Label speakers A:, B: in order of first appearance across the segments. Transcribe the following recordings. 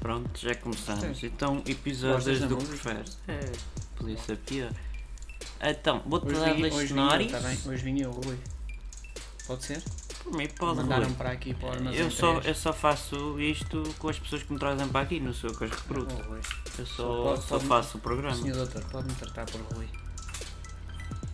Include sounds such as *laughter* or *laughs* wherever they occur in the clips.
A: Pronto, já começamos. Então,
B: Gostas
A: episódios
B: da
A: do que
B: música?
A: preferes. É, podia ser pior. Então, vou-te
B: Hoje
A: dar
B: vim,
A: dois
B: hoje vim eu,
A: cenários.
B: tá bem? Hoje vim eu, Rui. Pode ser?
A: Por mim, pode
B: Mandaram
A: Rui.
B: para aqui para o armazém.
A: Eu só,
B: três.
A: eu só faço isto com as pessoas que me trazem para aqui, não sou eu que as recruto.
B: Oh, Rui.
A: Eu
B: Só
A: só,
B: pode-
A: só
B: pode-
A: faço o programa.
B: Senhor doutor, pode-me tratar por Rui.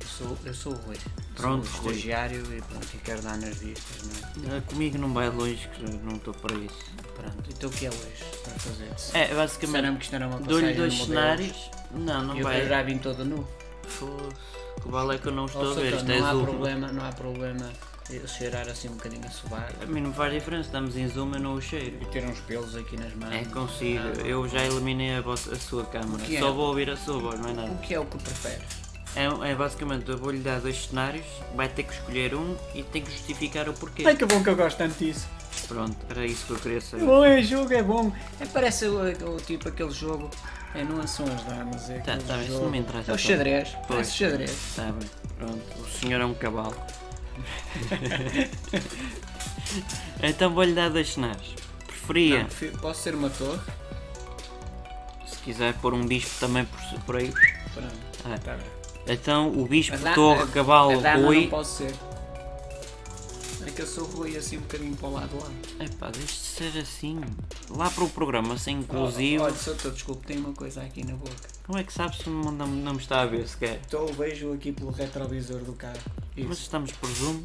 B: Eu sou, eu sou o Rui.
A: Pronto,
B: sou o
A: Rui.
B: estagiário e pronto, ficar lá nas vistas, não é?
A: Ah, Comigo não vai longe, que já não estou para isso.
B: Pronto, então o que é hoje para fazer?
A: É,
B: Disseram-me
A: basicamente,
B: que isto era uma
A: dou-lhe
B: passagem
A: dois
B: no modelo.
A: cenários. Não, não
B: Eu, eu
A: vai.
B: já vim todo nu.
A: Foda-se. Que vale é que eu não estou
B: Ó,
A: a ver,
B: Santana,
A: isto é
B: não, há
A: zoom.
B: problema, não há problema eu cheirar assim um bocadinho a sobar
A: A mim não faz diferença, estamos em zoom, eu não o cheiro.
B: e ter uns pelos aqui nas mãos.
A: É, consigo.
B: Não.
A: Eu já eliminei a, vossa- a sua câmara.
B: O que é?
A: Só vou ouvir a sua voz, não é nada.
B: O que é o que preferes?
A: É, é basicamente, eu vou-lhe dar dois cenários, vai ter que escolher um e tem que justificar o porquê.
B: Ai é que bom que eu gosto tanto disso.
A: Pronto, era isso que eu queria saber.
B: Bom, é jogo, é bom. É, parece o, o tipo aquele jogo. É, não são as damas, é
A: Tá,
B: aquele
A: tá, isso
B: jogo.
A: não me interessa
B: É o
A: tanto.
B: xadrez.
A: Pois.
B: Parece xadrez.
A: Está bem, pronto. O senhor é
B: *laughs*
A: um cavalo. então vou-lhe dar dois cenários. Preferia,
B: Não, prefiro- posso ser uma torre?
A: se quiser pôr um bispo também por, por aí.
B: Pronto.
A: Ah,
B: Tá bem.
A: Então o bispo,
B: A da-
A: torre,
B: a-
A: cavalo,
B: a dama
A: boi.
B: não posso ser. É que eu sou Rui assim um bocadinho para o lado lá.
A: Epá, deixe de ser assim. Lá para o programa, ser inclusivo.
B: Olha, só desculpe, tem uma coisa aqui na boca.
A: Como é que sabe se não, não, não me está a ver sequer?
B: Estou, Então, vejo aqui pelo retrovisor do carro.
A: Mas
B: Isso.
A: estamos por Zoom?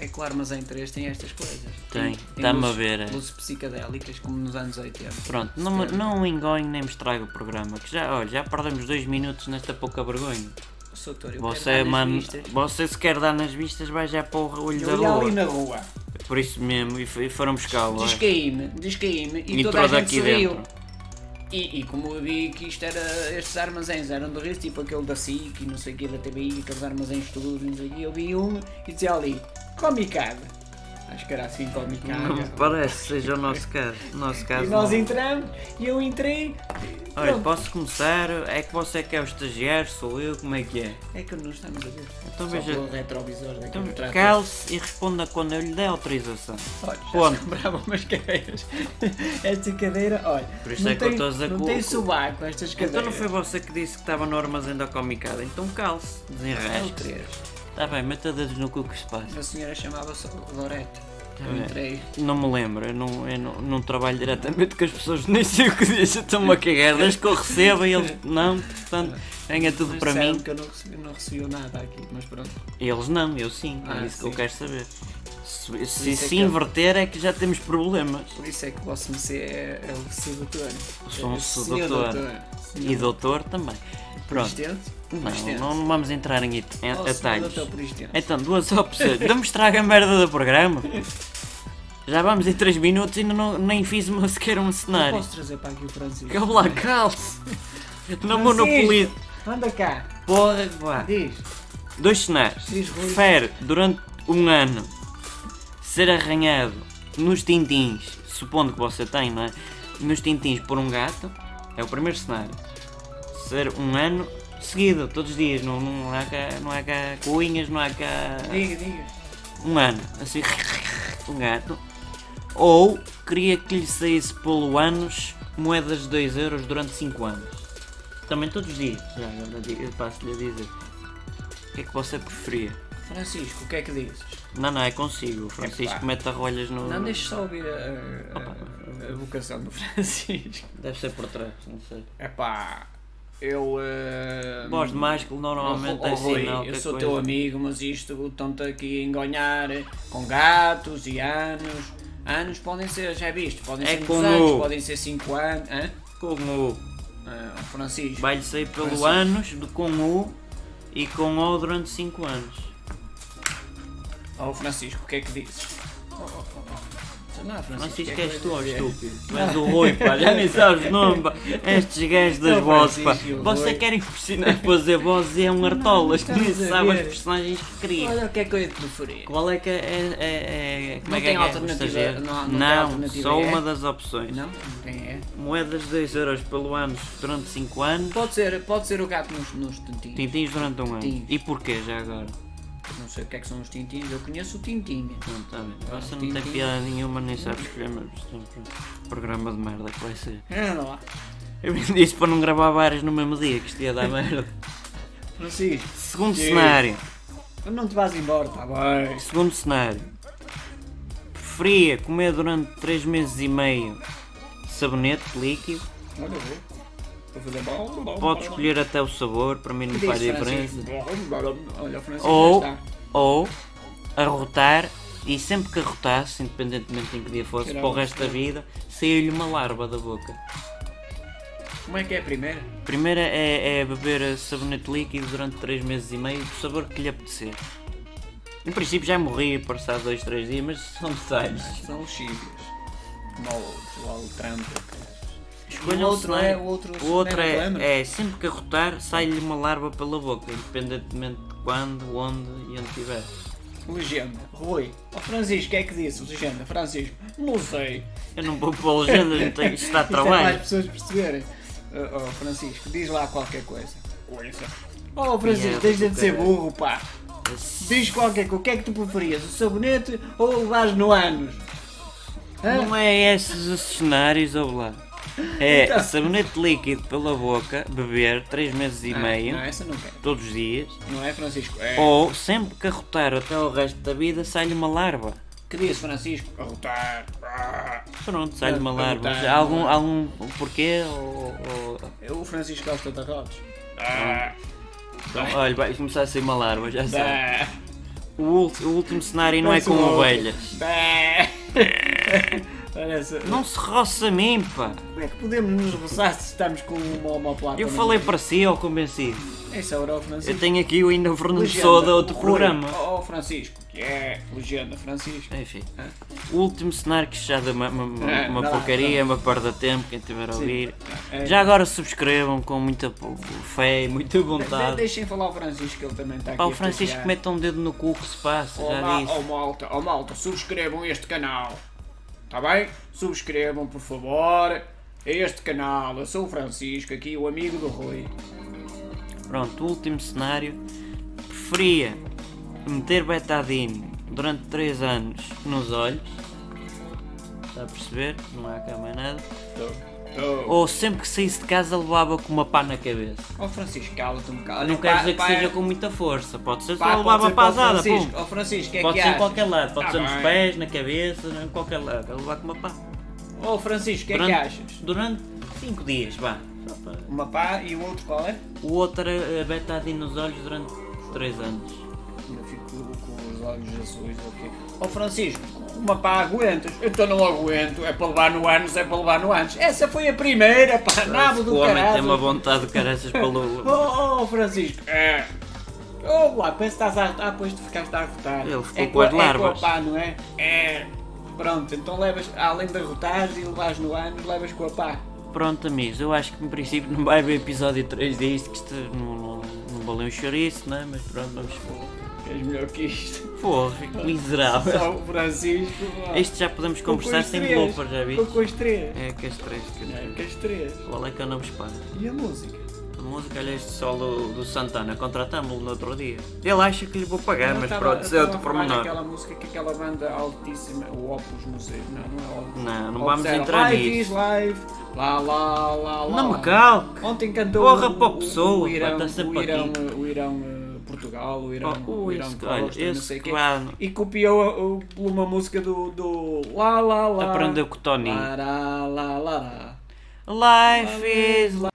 B: É que o Armazém 3 tem estas coisas.
A: Tem, dá-me
B: luzes-
A: a ver, é.
B: Luzes psicadélicas, como nos anos 80.
A: Pronto, não, me- não engonho nem me estrago o programa, que já, olha, já perdemos dois minutos nesta pouca vergonha.
B: Sou doutor, eu
A: Você,
B: quero dar nas
A: mano,
B: vistas.
A: você se quer dar nas vistas, vai já para o olho da
B: Eu ia ali
A: lua.
B: na rua,
A: Por isso mesmo, e, f- e foram buscá-lo. é.
B: descaí-me, descaí-me e,
A: E
B: toda a
A: entrou
B: gente
A: daqui
B: sorriu.
A: dentro.
B: E, e como eu vi que isto era, estes armazéns eram do Rio, tipo aquele da SIC e não sei o que, da TBI, aqueles armazéns todos, não sei o que, eu vi um e dizia ali, comicada. Acho que era assim,
A: Não me
B: comicada.
A: parece, seja o nosso caso. O nosso
B: E
A: caso
B: nós
A: não.
B: entramos, e eu entrei,
A: Olha,
B: pronto.
A: posso começar? É que você que é o estagiário, sou eu, como é que é?
B: É que não estamos a ver.
A: Então
B: Só
A: veja-
B: pelo retrovisor daqui
A: Então
B: do trator.
A: cale-se e responda quando eu lhe der autorização.
B: Olha, já
A: Ponto.
B: se compravam umas cadeiras. *laughs* Esta cadeira, olha.
A: Por isso
B: não
A: é que eu
B: tem,
A: estou a dizer
B: Não
A: que o-
B: tem
A: que o-
B: subaco estas cadeiras.
A: Então não foi você que disse que estava no armazém da comicada, então calce,
B: É o
A: desenrasque.
B: três.
A: Está Tá bem, meta dedos no cu que se passa.
B: A senhora chamava-se Lorete. Eu
A: bem.
B: entrei.
A: Não me lembro, eu não, eu não, não trabalho diretamente com as pessoas, *laughs* nem sei o que dizem, estão-me a cagar, desde que eu receba e eles não, portanto, ganha tudo
B: Mas
A: para
B: disseram
A: mim.
B: que eu não recebi, não recebi nada aqui, mas pronto.
A: Eles não, eu sim, é
B: Ah,
A: isso que eu
B: sim.
A: quero saber. Se
B: Por
A: se,
B: isso é
A: se
B: que eu-
A: inverter é que já temos problemas.
B: Por isso é que o vosso MC é, é o sedutor.
A: Sou um
B: É o senhor
A: sedutor.
B: Senhor
A: E doutor também. Pronto,
B: Presidente? Presidente.
A: não, não vamos entrar em it- em
B: Oh, senhor
A: atalhos.
B: doutor presidente.
A: Então, duas opções. Não traga a merda do programa. Já vamos em 3 minutos e ainda não, nem fiz uma- sequer um
B: Eu
A: cenário. é
B: posso trazer para aqui o Francisco?
A: Cabe lá, calce. Não
B: Francisco,
A: monopolize.
B: Anda cá,
A: Porra, vá.
B: diz.
A: Dois cenários.
B: Diz, Rui.
A: Prefere, durante um ano, ser arranhado nos tintins, supondo que você tem, não é? Nos tintins por um gato, é o primeiro cenário. Ser um ano seguido, todos os dias, não, não há cá, não há cá coinhas, não há cá...
B: Diga, diga.
A: um ano, assim, *laughs* um gato, ou queria que lhe saísse pelo anos moedas de 2 euros durante 5 anos. Também todos os dias, já agora di- eu passo-lhe a dizer. O que é que você preferia?
B: Francisco, o que é que dizes?
A: Não, não, é consigo. O Francisco
B: Epá.
A: mete arrolhas no.
B: Não deixes só ouvir a, a- a- a vocação do *laughs* Francisco.
A: Deve ser por trás, não sei.
B: Epá, eu. eh,
A: Voz de másculo normalmente
B: oh,
A: é
B: oh, Rui,
A: sinal que
B: eu
A: a
B: sou
A: coisa-
B: teu amigo, mas isto estão-te aqui a enganhar com gatos e anos. Anos podem ser, já viste, podem
A: É
B: ser muitos
A: como-
B: anos, podem ser 5 anos. Hã?
A: Com o.
B: Ah, Francisco,
A: Vai-lhe sair pelo
B: Francisco.
A: anos, de com o e com o durante 5 anos.
B: oh, Francisco, o que é que dizes? Oh, oh, oh, oh. Não, Francisco,
A: Francisco,
B: o que é que
A: és tu, ó
B: dizes?
A: estúpido. Tu és o Rui, pá. Já nem sabes o nome, pá. Estes gajos das
B: Não,
A: vozes, pá.
B: Francisco,
A: Você
B: Rui.
A: querem ensinar a fazer vozes e é um artolas que nem
B: estamos a
A: sabe as
B: ver.
A: personagens que queria.
B: Olha o que é que eu ia te preferir.
A: Qual é que é. é- é- como
B: Não
A: é que
B: tem
A: é?
B: alternativa,
A: Estagiário?
B: não há- não tem
A: Não,
B: alternativa,
A: só
B: é?
A: uma das opções.
B: Não, não tem é.
A: Moedas de 2 euros pelo ano durante 5 anos.
B: Pode ser, pode ser o gato nos, nos tantinhos.
A: Tintins durante um ano.
B: Tintins.
A: E porquê já agora?
B: não sei o que é que são os tintins, eu conheço o tintim.
A: Não, tá bem.
B: Ah,
A: Você não
B: tintim.
A: tem piada nenhuma, nem sabe escolher, mas isto é um programa de merda que vai ser.
B: Anda lá.
A: Eu me disse para não gravar várias no mesmo dia, que isto ia dar *laughs* merda.
B: Francisco,
A: Segundo
B: Sim.
A: cenário.
B: não te vás embora, tá bem?
A: Segundo cenário. Preferia comer durante 3 meses e meio sabonete líquido.
B: Olha, eu vou. Vou fazer bom, bom,
A: Pode
B: bom.
A: escolher um até o sabor, para mim não
B: Diz,
A: faz
B: Francisco.
A: diferença.
B: Olha, o Francisco
A: Ou,
B: já está.
A: ou arrotar e sempre que arrotasse, independentemente em que dia fosse,
B: Tirava
A: para o
B: o
A: resto da vida, saiu-lhe uma larva da boca.
B: Como é que é a primeira?
A: Primeiro é, é beber sabonete líquido durante 3 meses e meio, do sabor que lhe apetecer. Em princípio já morria passado 2, 3 dias, mas são detalhes.
B: São os chibias. Como o outro, lá o Trump. aqueles.
A: Escolha
B: o
A: um
B: outro
A: cenário.
B: é- o outro
A: O outro
B: cenário,
A: é-
B: lembra?
A: é, sempre que arrotar, sai-lhe uma larva pela boca, independentemente de quando, onde e onde tiver.
B: Legenda. Rui. O Francisco, o que é que disse? Legenda. Francisco. Não sei.
A: Eu não vou pôr legendas, não tenho, isto
B: *laughs*
A: dá
B: Isto é para as
A: trabalho.
B: pessoas perceberem. Oh, oh, Francisco, diz lá qualquer coisa. Oh Francisco,
A: Merda
B: deixa
A: do
B: de ser
A: caralho.
B: burro, pá. Diz qualquer coisa. O que é que tu preferias? O sabonete ou levas no ânus? Hã?
A: Não é esses os cenários, ou lá. É
B: Ah. Então.
A: sabonete líquido pela boca, beber 3 meses e
B: Ah,
A: meio,
B: Não, essa não quero.
A: todos os dias.
B: Não é Francisco? É.
A: Ou sempre que arrotar até o resto da vida, sai-lhe uma larva.
B: Que disse Francisco? Arrotar. Ah.
A: Pronto, sai-lhe uma
B: Ah,
A: larva.
B: tá,
A: Mas
B: não
A: Algum,
B: é.
A: algum porquê? Ou, ou-
B: O Francisco gosta de arrotos. Ah.
A: Então, olha, vai começar a sair uma larva, já sabe.
B: Bah.
A: O, ulti- o último cenário não é
B: tá. Parece um
A: com
B: uma outra.
A: ovelhas.
B: Bah. *laughs* Parece. um-
A: Não se roça a mim, pá.
B: Como é que podemos nos roçar se estamos com uma homoplata?
A: Eu
B: na
A: falei
B: mão?
A: para si, eu convencido.
B: Esse é o Francisco.
A: Eu tenho aqui o ainda Fernando
B: Legenda,
A: Pessoa de outro
B: Rui.
A: programa. É
B: Oh, Francisco, que é legenda, Francisco.
A: Enfim,
B: Ah.
A: o último cenário que isto já deu uma, uma, uma-
B: Ah,
A: uma
B: dá lá,
A: porcaria, uma perda de tempo, quem tiver a
B: Sim.
A: ouvir.
B: É.
A: Já agora subscrevam com muita po- fé e muita
B: é De- É.
A: vontade.
B: Deixem falar o Francisco, que ele também está aqui.
A: Pá, o
B: a
A: Francisco
B: puxar.
A: mete um dedo no cu que se passa,
B: Oh,
A: já
B: ma-
A: disse.
B: oh, malta, oh, malta, subscrevam este canal. Está bem? Subscrevam, por favor, este canal. Eu sou o Francisco, aqui o amigo do Rui.
A: Pronto, o último cenário. Preferia meter betadine durante 3 anos nos olhos. Está a perceber? Não há cá mais nada.
B: Tô- tô.
A: Ou sempre que saísse de casa levava com uma pá na cabeça.
B: Oh, Francisco, cala-te um bocado.
A: Não
B: Pá,
A: quer dizer que
B: pá,
A: seja com muita força. Pode ser
B: pá,
A: só
B: pode
A: levava
B: ser
A: para
B: para
A: a
B: o
A: azada, pum.
B: Francisco. Oh, Francisco, que é
A: Pode
B: que
A: ser em
B: achas?
A: qualquer lado, pode
B: Tá
A: ser nos
B: bem.
A: pés, na cabeça, em qualquer lado. Ele levar com uma pá.
B: Oh, Francisco, o que é que achas?
A: durante 5 dias, vá. Só para-
B: Uma pá e o outro qual é?
A: O outro eh, betadine nos olhos durante 3 anos.
B: Eu fico com os olhos azuis aqui. Ó Francisco, uma pá aguentas? Então não aguento, é para levar no ânus, é para levar no ânus. Essa foi a primeira, pá, nabo
A: o
B: do
A: homem tem uma
B: caralho.
A: vontade de caraças pelo.
B: *laughs* Oh, oh Francisco, é. Oh lá, penso que estás a arrotar, pois tu ficaste a arrotar.
A: Ele ficou
B: é
A: com
B: a-
A: as larvas.
B: É com a pá, não é? É. Pronto, então levas, além de arrotares e levares no ânus, levas com a pá.
A: Pronto, amigos, eu acho que em princípio não vai haver episódio 3 disto, que isto não, não, não valeu um chouriço, não é? Mas pronto, vamos.
B: És É melhor que isto.
A: Porra, que
B: *laughs*
A: miserável.
B: Só o Francisco. ó.
A: Este já podemos
B: Ficou com
A: conversar
B: as
A: sem
B: três.
A: blooper, já
B: Ficou
A: viste?
B: com as três.
A: É que as três que eu
B: É, com as três.
A: Qual é que é o nome espada?
B: E a música?
A: A música, olha este sol do, do Santana, contratámos-lo no outro dia. Ele acha que lhe vou pagar,
B: Eu
A: mas
B: tava-
A: pronto,
B: eu
A: isso é
B: tava
A: outro
B: a falar
A: pormenor.
B: Aquela música que aquela banda altíssima, o Opus Museu, não, não é Opus.
A: Não, não
B: Opus
A: vamos
B: era
A: entrar
B: Life
A: nisso.
B: is Life, lá lá lá lá.
A: Não me calque!
B: Ontem cantou
A: Porra,
B: o,
A: pá,
B: o-
A: pessoa,
B: o
A: pá,
B: Irão,
A: tá sempre
B: o Irão,
A: aqui.
B: eh, o Irão eh, Portugal, o Irão,
A: Oh,
B: o Irão
A: esse que-
B: Costa,
A: olha,
B: não
A: esse
B: sei o
A: que
B: quê.
A: lá no-
B: E copiou eh, o- por uma música do, do lá lá lá.
A: Aprendeu com o Tony.
B: Lá, lá, lá, lá.
A: Life is